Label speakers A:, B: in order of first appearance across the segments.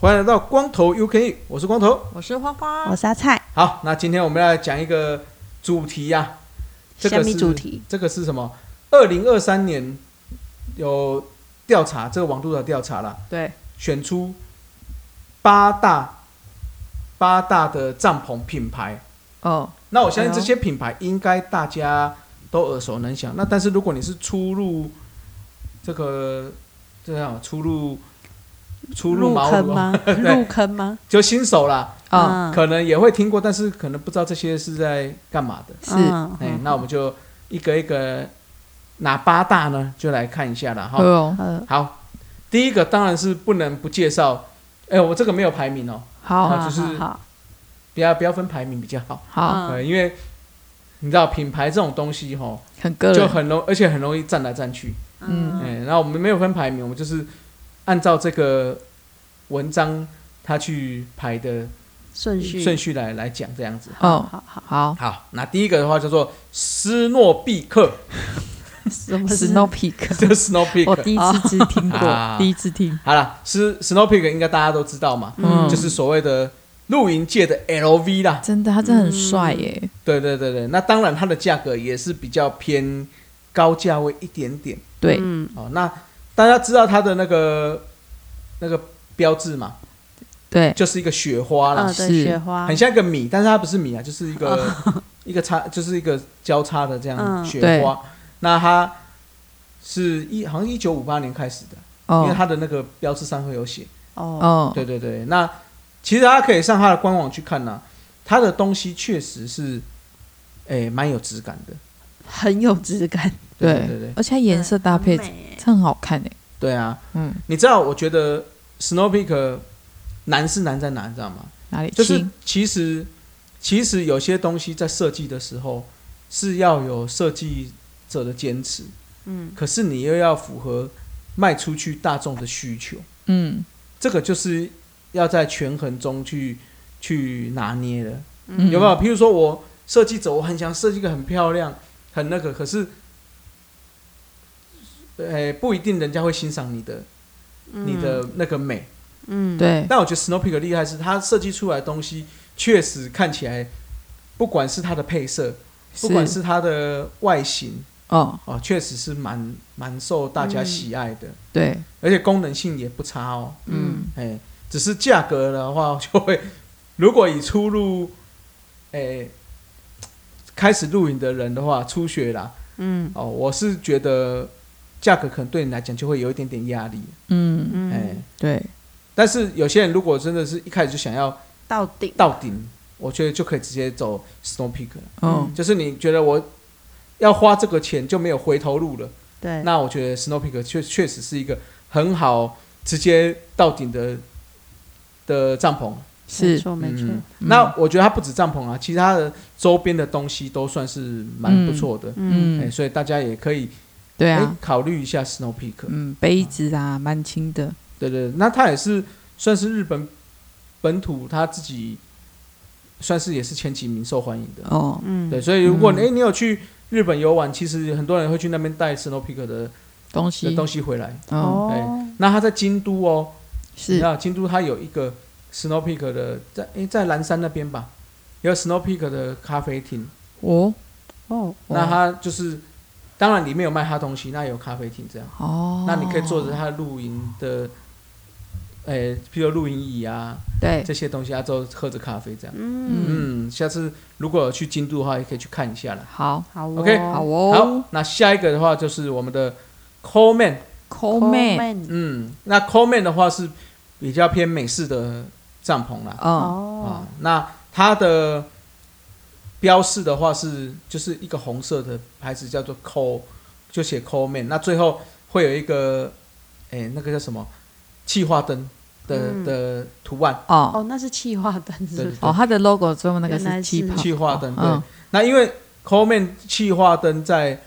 A: 欢迎来到光头 UK，我是光头。
B: 我是花花
C: 我，是阿菜，
A: 好，那今天我们要来讲一个主题呀、这
C: 虾
A: 个
C: 米
A: 是
C: 主题？
A: 这个是什么？二零二三年有调查，这个网络的调查啦，
B: 对，
A: 选出八大八大的帐篷品牌。
B: 哦，
A: 那我相信这些品牌应该大家都耳熟能详。那但是如果你是出入这个这样出入出入
C: 入
A: 茅
C: 坑
A: 庐啊，
C: 吗？入坑吗？
A: 就新手啦，
B: 啊，
C: 嗯
A: 可能也会听过，但是可能不知道这些是在干嘛的。
B: 是
C: 嗯
A: 哎、那我们就一个一个哪八大呢？就来看一下了哈。
B: 哦，
C: 呃，
A: 好，第一个当然是不能不介绍。哎、我这个没有排名哦，
B: 好
A: 啊
C: 好
A: 就是
C: 好
A: 不要不要分排名比较好。
B: 好，
C: 嗯
A: 呃，因为你知道品牌这种东西哈，
B: 很个
A: 就
B: 人，
A: 很容，而且很容易站来站去。
B: 嗯
A: 哎、然后我们没有分排名，我们就是按照这个文章它去排的
C: 顺序
A: 顺序来来讲这样子。
C: 好
B: 哦，
C: 好好，
B: 好
A: 好，那第一个的话叫做斯诺必克，
C: 什么是
B: ，Snow Peak，
A: 这个 Snow Peak。
B: 我第一次只听
A: 啊
B: 过，第一次听，
A: 好了，斯 Snow Peak 应该大家都知道嘛，
B: 嗯
A: 就是所谓的露营界的 LV 啦。
B: 真的，他真的很帅
C: 嗯
B: 耶，
A: 对对对对，那当然它的价格也是比较偏高价位一点点
B: 对，
C: 嗯
A: 哦。那大家知道它的那个那个标志嘛，
B: 对，
A: 就是一个雪花啦，
C: 啊，
B: 是
C: 对，雪花
A: 很像一个米，但是它不是米啊，就是一个、 一个叉，就是一个交叉的这样
C: 嗯
A: 雪
B: 哦对
A: 花。那它是一好像一九五八年开始的，因为
B: 哦，
A: 它的那个标志上会有写。
C: 哦，
B: 哦，
A: 对对对，那其实大家可以上它的官网去看呐、它的东西确实是，诶、蛮有质感的。
C: 很有质感，
A: 对
B: 对
A: 对对，
B: 而且它颜色搭配
C: 很美
B: 这很好看诶，
A: 对啊，
B: 嗯，
A: 你知道，我觉得 Snow Peak 难是难在哪，你知道吗？
B: 哪里
A: 就是
B: 轻？
A: 其实其实有些东西在设计的时候是要有设计者的坚持，
C: 嗯
A: 可是你又要符合卖出去大众的需求，
B: 嗯
A: 这个就是要在权衡中去去拿捏的。
B: 嗯，
A: 有没有？？譬如说我设计者，我很想设计一个很漂亮、很那个，可是，呃，不一定人家会欣赏你的、你的那个美。
C: 嗯，
B: 对，
A: 但我觉得 Snow Peak 厉害是，它设计出来的东西确实看起来，不管是它的配色，不管是它的外形，
B: 哦，
A: 哦，确实是蛮蛮受大家喜爱的，
B: 对，
A: 而且功能性也不差哦。
B: 嗯，
A: 哎、只是价格的话就会， 如果以出入，哎、开始露营的人的话，初学啦，
C: 嗯
A: 哦，我是觉得价格可能对你来讲就会有一点点压力，
B: 嗯，
A: 哎、
C: 嗯，
B: 对，
A: 但是有些人如果真的是一开始就想要
C: 到顶，
A: 到顶，我觉得就可以直接走 Snow Peak 了，
C: 嗯
B: 哦，
A: 就是你觉得我要花这个钱就没有回头路了，
C: 对，
A: 那我觉得 Snow Peak 确确实是一个很好直接到顶的的帐篷。
C: 没
B: 是，
C: 错没错
A: 嗯，
B: 嗯
A: 那我觉得它不止帐篷啊，其他的周边的东西都算是蛮不错的，哎、
C: 嗯
B: 嗯，
A: 所以大家也可以
B: 对
A: 哎、
B: 啊，
A: 考虑一下 Snow Peak，、
B: 嗯，杯子啊，蛮轻的，
A: 对对，对那它也是算是日本本土，它自己算是也是前几名受欢迎的，
B: 哦，
C: 嗯，
A: 对，所以如果你哎、
B: 嗯
A: 你有去日本游玩，其实很多人会去那边带 Snow Peak 的
B: 东
A: 的
B: 西，
A: 东西回来。
C: 어.
B: 哦，
C: 哦，
A: 那它在京都哦，你
B: 是
A: 知，道京都它有一个 Snow Peak 的，在哎、在岚山那边吧，有 Snow Peak 的咖啡厅。
B: 哦，
C: 哦，
A: 那它就是，当然里面有卖它东西，那有咖啡厅这样，
B: 哦，
A: 那你可以坐着它的露营的，诶、譬如露营椅啊
B: 对，
A: 这些东西啊，之后喝着咖啡这样。
C: 嗯，
A: 嗯，下次如果有去京都的话，也可以去看一下啦。
B: 好
C: 好哦
A: OK，
B: 好
A: 好
B: 哦，，
A: 那下一个的话就是我们的 Coleman，
B: 抠妹，
A: 嗯，那 Coleman 的话是比较偏美式的帐篷啦，
B: 嗯，
C: 哦
A: 啊，，那它的标示的话是就是一个红色的牌子叫做 “co”，就写 “coman”。那最后会有一个，哎、那个叫什么气化灯的、
C: 嗯
A: 的图案，
B: 哦
C: 哦，那是气化灯
A: 对
C: 是
A: 对
C: 不是？
B: 哦，它的 logo 最后那个
C: 原来
B: 是
C: 是
B: 气泡
A: 气化灯。对，
B: 嗯
A: 那因为 “coman” 气化灯在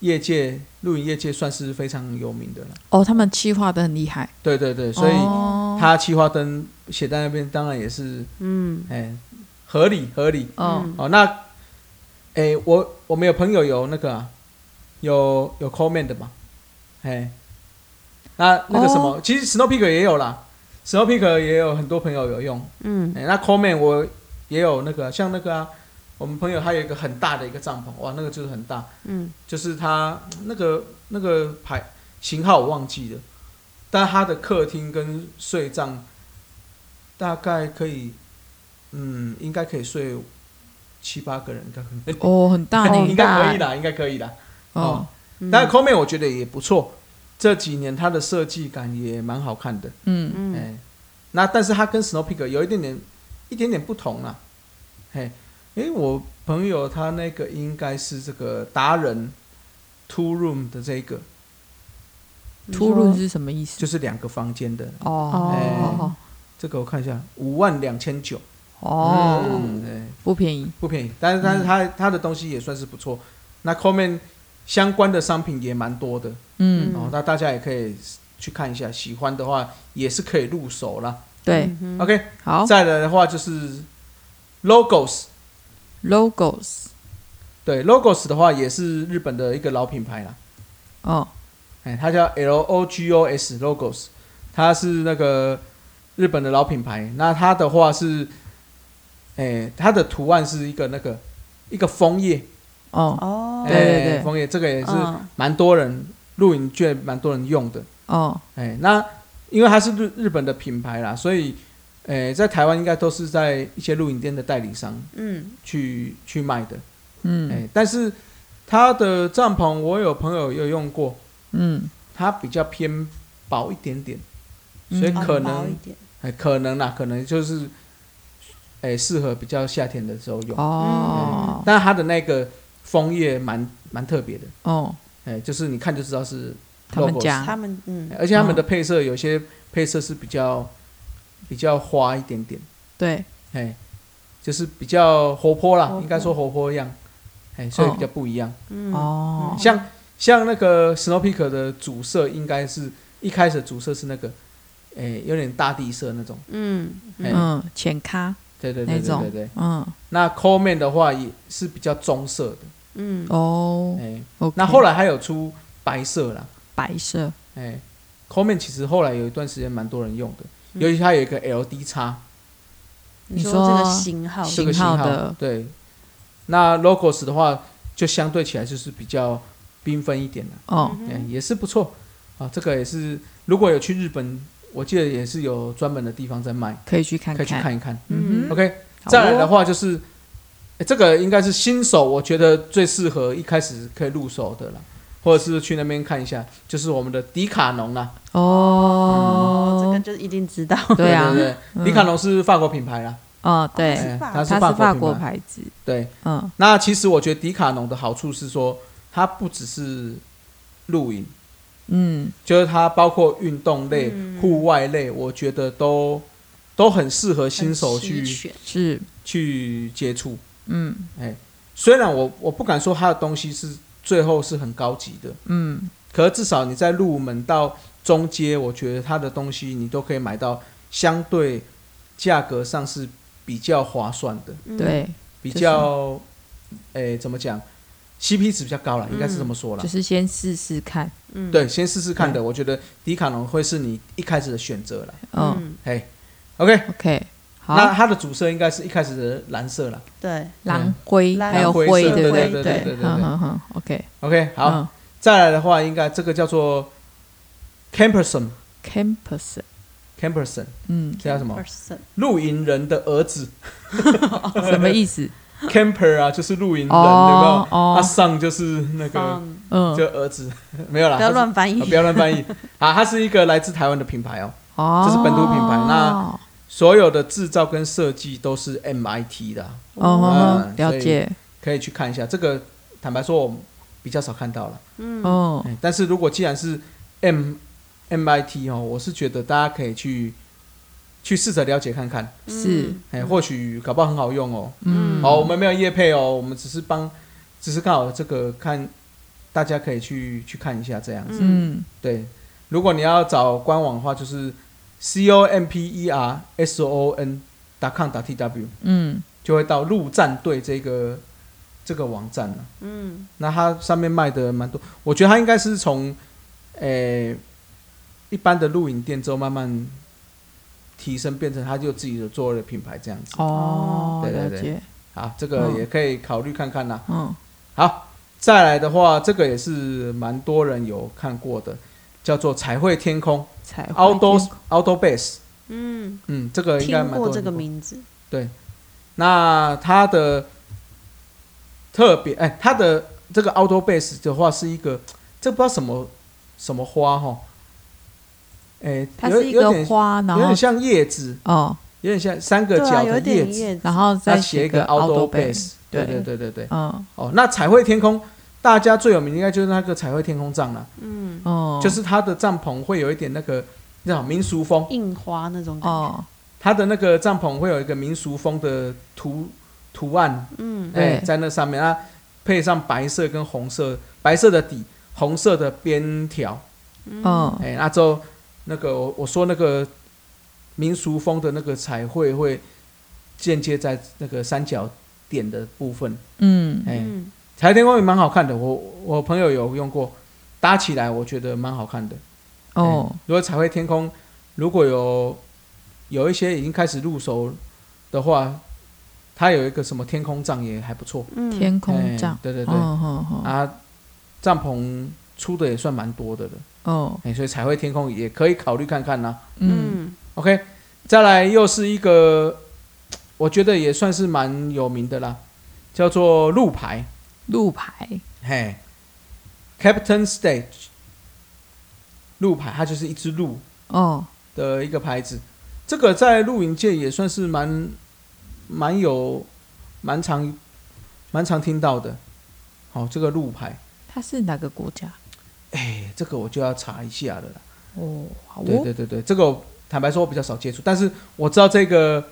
A: 业界露营业界算是非常有名的了。
B: 哦，他们气化的很厉害，
A: 对对对，所以
B: 哦
A: 他气化灯写在那边，当然也是
C: 嗯
A: 哎、合理合理
B: 嗯，
A: 哦。那哎、我我们有朋友有那个啊、有有 comment 的嘛，哎、那那个什么，其实 Snow Peak 也有啦，Snow Peak 也有很多朋友有用。
C: 嗯，
A: 哎、那 Coleman 我也有那个，像那个啊，我们朋友他有一个很大的一个帐篷，哇，那个就是很大，
C: 嗯，
A: 就是他那个那个牌型号我忘记了，但他的客厅跟睡帐大概可以，嗯，应该可以睡七八个人，应该可能。
B: 哦，很大
C: 哦
A: 应
B: 呢，
A: 该可以啦，应该可以啦。
B: 哦，
C: 嗯
A: 但 Coleman 我觉得也不错，这几年它的设计感也蛮好看的。
B: 嗯，
A: 哎、
C: 嗯
A: 那但是它跟 Snow Peak 有一点点一点点不同啦。嘿，哎，我朋友他那个应该是这个达人 Two Room 的这个，
C: 你
B: 突
C: 说
B: 入是什么意思
A: 就？是两个房间的，
B: 哦
A: 这个我看一下，五万两千九。
B: 哦，嗯
A: 嗯，哎，
B: 不便宜，
A: 不便宜，但是但是它它的东西也算是不错。那 Coleman 相关的商品也蛮多的
B: 嗯，
A: 哦，那大家也可以去看一下，喜欢的话也是可以入手啦。
B: 对，，
C: 嗯
A: OK，
B: 好
A: 再来的话就是 Logos，
B: ，logos，
A: 对 Logos 的话也是日本的一个老品牌啦，
B: 哦，
A: 哎，它叫 L O G O S Logos，它是那个日本的老品牌。那它的话是，哎，它的图案是一个那个一个枫叶，
B: 哦，
C: 哦，
B: 对对
A: 哎
B: 对
A: 枫叶这个也是
C: 嗯
A: 蛮多人露营券蛮多人用的，
B: 哦，
A: 哎，那因为它是日日本的品牌啦，所以，哎，在台湾应该都是在一些露营店的代理商
C: 嗯
A: 去去卖的，
B: 嗯
A: 哎，但是它的帐篷我有朋友有用过，
B: 嗯，
A: 它比较偏薄一点点，所以
C: 哦
A: 可
C: 薄一
A: 能，
C: 点
A: 哎，可能啦，可能就是，哎，适合比较夏天的时候用，
B: 哦，
A: 但它的那个枫叶蛮蛮特别的，
B: 哦，
A: 哎，就是你看就知道是
B: 他们
A: Logos
B: 家
C: 他们嗯
A: 哎而且他们的配色有些配色是比较比较花一点点，
B: 对，
A: 哎，就是比较活泼啦，
C: 活泼
A: 应该说活泼一样，哎，所以比较不一样。
C: 嗯
B: 哦，
A: 像像那个 Snow Peak 的主色应该是一开始主色是那个，哎，有点大地色那种，
C: 嗯
A: 哎
B: 嗯，浅咖，
A: 对对对
B: 那
A: 对
B: 种
A: 对对。
B: 嗯，
A: 那 Coleman 的话也是比较棕色的，
C: 嗯
B: 哦
A: 哎，
B: ，OK，
A: 那后来还有出白色啦，
B: 白色，
A: 哎，Coleman 其实后来有一段时间蛮多人用的，
C: 嗯
A: 尤其它有一个 LD 叉。
C: 你
B: 你说
C: 这个型号
A: 这个
B: 型号的
A: 对，那 logos 的话，就相对起来就是比较缤纷一点的、
B: 哦，
A: 嗯、也是不错啊。这个也是，如果有去日本，我记得也是有专门的地方在卖，
B: 可以去看
A: 可以去
B: 看，
A: 看一看。
B: 嗯哼
A: OK，
B: 好
A: 再来的
B: 哦
A: 话就是，诶这个应该是新手，我觉得最适合一开始可以入手的了。或者是去那边看一下，就是我们的迪卡侬啦，
B: 哦
C: 哦，，这个就一定知道，
B: 对啊，
A: 对对，
B: 嗯
A: 迪卡侬是法国品牌啦，
B: 哦，对，
A: 哎它
C: 法
B: 它
A: 是
B: 是法国
A: 国牌，
B: 牌子，
A: 对，
B: 嗯，
A: 那其实我觉得迪卡侬的好处是说，它不只是露营，
B: 嗯，
A: 就是它包括运动类、
C: 嗯
A: 户外类，我觉得都都很适合新手
C: 很齐
A: 去
C: 全
B: 是，
A: 去接触。
B: 嗯
A: 虽然我我不敢说它的东西是最后是很高级的，
B: 嗯，
A: 可是至少你在入门到中阶，我觉得它的东西你都可以买到相对价格上是比较划算的。
C: 嗯
B: 对，
A: 比
B: 就是
A: 较，诶、怎么讲？CP 值比较高了，应该是这么说了。
B: 就是先试试看，
C: 嗯
A: 对，先试试看的，我觉得迪卡侬会是你一开始的选择了。
B: 嗯
A: 嘿，OK，
B: ，OK，好，
A: 那它的主色应该是一开始的蓝色啦。
C: 对
B: 蓝灰
C: 蓝
B: 还有
A: 灰
B: 灰，
A: 色
B: 对不
A: 对对
B: 对？
C: 对
A: 对对
B: 嗯
A: 对。
B: 嗯嗯，OK，
A: OK，好，
B: 嗯
A: 再来的话，应该这个叫做 Camperson，Camperson
B: ，campus，嗯，
A: 这叫什么？
C: person
A: 露营人的儿子
B: 什么意思？
A: ，Camper 啊，就是露营人，有没有
B: 哦？
A: 他
B: 哦，
A: 上就是那个，
C: 嗯
B: 嗯，
A: 就儿子， 没有啦，
C: 不
A: 他
C: 要
A: 是
C: 乱翻译
A: 啊，不要乱翻 译啊！它是一个来自台湾的品牌哦，
B: 哦，
A: 这是本土品牌那所有的制造跟设计都是 MIT 的啊、
B: 哦
A: 嗯，
B: 了解，
A: 可以去看一下。这个坦白说，我比较少看到了、
C: 嗯
B: 哦，
A: 哎但是如果既然是 M MIT 哦，我是觉得大家可以去去试着了解看看，
B: 是，
A: 哎、或许搞不好很好用哦。
B: 嗯，
A: 好、我们没有业配哦，我们只是帮，只是刚好这个看大家可以去去看一下这样子。
B: 嗯
A: 对，如果你要找官网的话，就是 c o m p e r s o n dot com dot t w
B: 嗯
A: 就会到陆战队这个这个网站了。
C: 嗯
A: 那它上面卖的蛮多，我觉得它应该是从诶、一般的录影店之后慢慢提升，变成它就自己的做的品牌这样子。
B: 哦，
A: 对对
B: 了
A: 对
B: 解，
A: 啊，这个
B: 嗯
A: 也可以考虑看看啦。
B: 嗯
A: 好，再来的话，这个也是蛮多人有看过的，叫做彩绘天空
B: 彩绘
A: （Outdoor
B: 天空
A: Outdoor Base）。
C: 嗯，
A: 嗯，这个应该
C: 听
A: 蛮多
C: 过
A: 人
C: 这个
A: 过
C: 名字，
A: 那它的特别，哎、它的这个 outdoor base 的话是一个，这不知道什么什么花哈，哎、
B: 它
A: 有
B: 是一
A: 有
B: 个
A: 点
B: 花，然
A: 有
B: 后
A: 点像叶子，
B: 哦，
A: 有点像三个
C: 对啊，
A: 角
C: 有
A: 的
C: 一点
A: 子，
C: 叶子，
B: 然后
A: 它
B: 再
A: 写一
B: 个
A: 个 outdoor
B: base，
A: base，对
B: 对
A: 对对对对。
B: 嗯
A: 哦，那彩绘天空，大家最有名应该就是那个彩绘天空帐了，
C: 嗯，
B: 哦，
A: 就是它的帐篷会有一点那个那种民俗风，
C: 印花那种感觉，
B: 哦，
A: 它的那个帐篷会有一个民俗风的图图案，
C: 嗯
A: 哎、
B: 对
A: 在那上面啊，配上白色跟红色，白色的底，红色的边条，
B: 嗯
A: 哎、那之后那个我我说那个民俗风的那个彩绘会间接在那个三角点的部分，
B: 嗯
A: 哎、
C: 嗯
A: 彩绘天空也蛮好看的，我我朋友有用过，搭起来我觉得蛮好看的。
B: 哦
A: 哎，如果彩绘天空如果有有一些已经开始入手的话，它有一个什么天空帐也还不错。
C: 嗯，
B: 天
A: 哎
B: 空帐，
A: 对对对，
B: 哦哦哦
A: 啊，帐篷出的也算蛮多的了，
B: 哦，
A: 哎、所以彩绘天空也可以考虑看看呐、
B: 嗯
C: 嗯
A: OK，再来又是一个，我觉得也算是蛮有名的啦，叫做路牌，
B: 路牌，
A: 嘿，Captain Stage，路牌，它就是一只鹿
B: 哦，
A: 的一个牌子，这个在露营界也算是蛮蛮有蛮常蛮常听到的。好、这个路牌，
B: 它是哪个国家？
A: 哎，这个我就要查一下了啦。
B: 哦，好
A: 对
B: 哦，
A: 对对对，这个我坦白说我比较少接触，但是我知道这个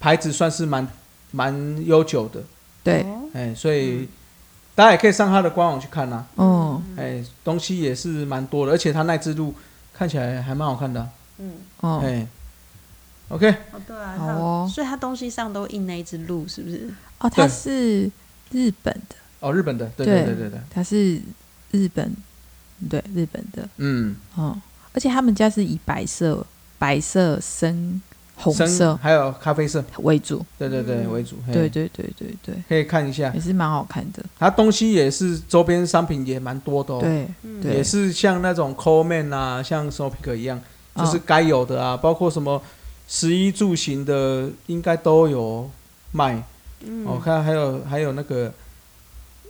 A: 牌子算是蛮蛮悠久的，
B: 对，
C: 哦
A: 哎、所
B: 嗯
A: 以大家也可以上它的官网去看啦、
B: 哦
C: 嗯
A: 哎、东西也是蛮多的，而且它那只鹿看起来还蛮好看的啊、
C: 嗯，
A: 哎、
B: 哦
A: OK，
C: 哦对啊，
B: 好
C: 它
B: 哦
C: 所以它东西上都印那一只鹿，是不是？
B: 哦，它
A: 对
B: 是日本的，
A: 哦，日本的，对对对
B: 对
A: 对对，
B: 它是日本，对日本的，
A: 嗯，
B: 哦，而且他们家是以白色、白色、深红
A: 深
B: 色
A: 还有咖啡色，
B: 为主，
A: 对对对、
C: 嗯
A: 为主，嘿
B: 对，对对对对，
A: 可以看一下
B: 也，是蛮好看的，
A: 它东西也是周边商品也蛮多的哦，
B: 对，
C: 嗯，
B: 对
A: 也是像那种 Coleman 啊，像 Snowpeak 一样。
B: 哦
A: 就是该有的啊，包括什么食衣住行的，应该都有卖。
C: 嗯
A: 哦我、看还有还有那个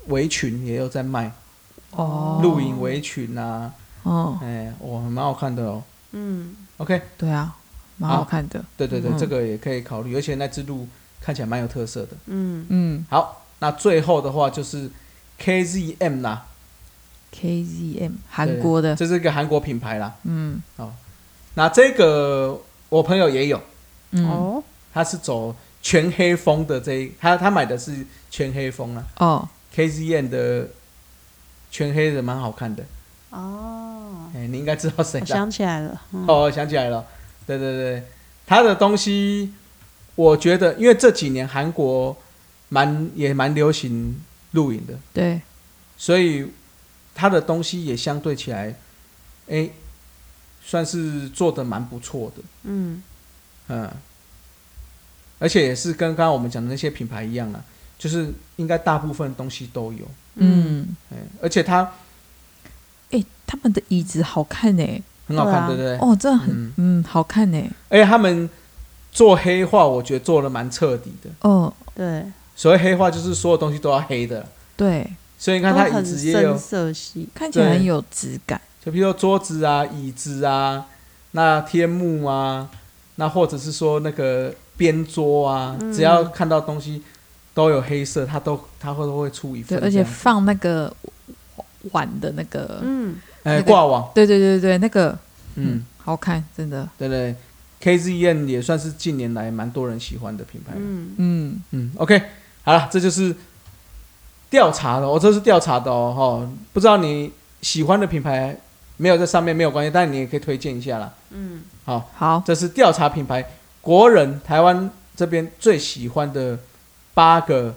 A: 围裙也有在卖，
B: 哦，
A: 露营围裙啊，
B: 哦，
A: 哎、我蛮好看的哦。
C: 嗯
A: OK，
B: 对啊，蛮
A: 好
B: 好看的，
A: 对对对，
B: 嗯
A: 这个也可以考虑，而且那只鹿看起来蛮有特色的。
C: 嗯
B: 嗯
A: 好，那最后的话就是 KZM 啦，
B: ，KZM 韩国的，
A: 这是一个韩国品牌啦。
B: 嗯
A: 那这个我朋友也有，
B: 嗯哦
C: 哦
A: 他是走全黑风的这一，他他买的是全黑风啊啦。
B: 哦
A: KZN 的全黑的蛮好看的，
C: 哦，
A: 哎、你应该知道谁了。
C: 我想起来了，嗯
A: 哦，想起来了，对对对，他的东西，我觉得因为这几年韩国蛮也蛮流行露营的，
B: 对，
A: 所以他的东西也相对起来，哎、算是做的蛮不错的，
C: 嗯
A: 嗯，而且也是跟刚刚我们讲的那些品牌一样啊，就是应该大部分东西都有，
C: 嗯，
A: 哎、
B: 嗯，
A: 而且它
B: 诶，他们的椅子好看呢，
A: 很好看，
C: 对啊
A: 对不对？
B: 哦，真的很
A: 嗯，
B: 嗯，好看呢，
A: 而且他们做黑化，我觉得做的蛮彻底的。
B: 哦，
C: 对，
A: 所谓黑化，就是所有东西都要黑的。
B: 对，
A: 所以你
C: 都
A: 看，它椅
C: 很
A: 子也有
C: 深，色系，
B: 看起来很
A: 对
B: 有质感，
A: 就比如说桌子啊、椅子啊、那天幕啊，那或者是说那个边桌啊，
C: 嗯
A: 只要看到东西都有黑色，它都它会都会出一
B: 对，
A: 份这
B: 而
A: 样。
B: 且放那个碗的那个，
C: 嗯
A: 哎、
B: 那个
A: 挂网，
B: 对对对对，那个
A: 嗯，
B: 好看，真的，
A: 对不对，KZN 也算是近年来蛮多人喜欢的品牌了。
C: 嗯
B: 嗯，
A: 嗯，OK，好了，这就是调查的，我、这是调查的哦，哈、不知道你喜欢的品牌没有在上面没有关系，但你也可以推荐一下啦。
C: 嗯，
A: 好，
B: 好，
A: 这是调查品牌国人台湾这边最喜欢的八个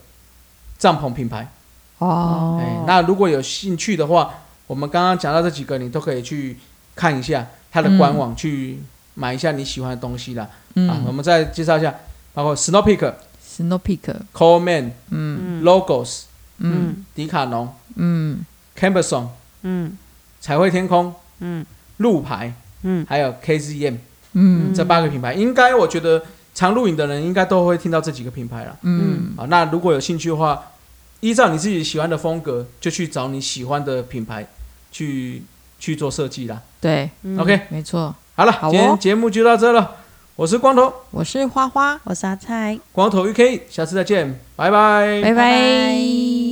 A: 帐篷品牌。
B: 哦，
A: 哎，那如果有兴趣的话，我们刚刚讲到这几个，你都可以去看一下它的官网，去买一下你喜欢的东西啦。啊，我
B: 嗯
A: 们再介绍一下，包括 Snow Peak、
B: ，Snow Peak，
A: Coleman、
B: 嗯
C: 嗯
A: Logos、
B: 嗯
A: 迪卡侬、
B: 嗯
A: Camberson、
C: 嗯
A: 彩绘天空、
C: 嗯
A: 路牌，
C: 嗯
A: 还有 KZM、
B: 嗯
A: 这八个品牌，应该我觉得常录影的人应该都会听到这几个品牌啦。
B: 嗯，
A: 啊，那如果有兴趣的话，依照你自己喜欢的风格，就去找你喜欢的品牌去去做设计啦。
B: 对，
C: 嗯
A: OK，
B: 没错，
A: 好了，
B: 好哦
A: 今天节目就到这了。我是光头，
B: 我是花花，
C: 我是阿菜。
A: 光头 UK，下次再见，拜拜
B: 拜
C: 拜
B: 拜
C: 拜。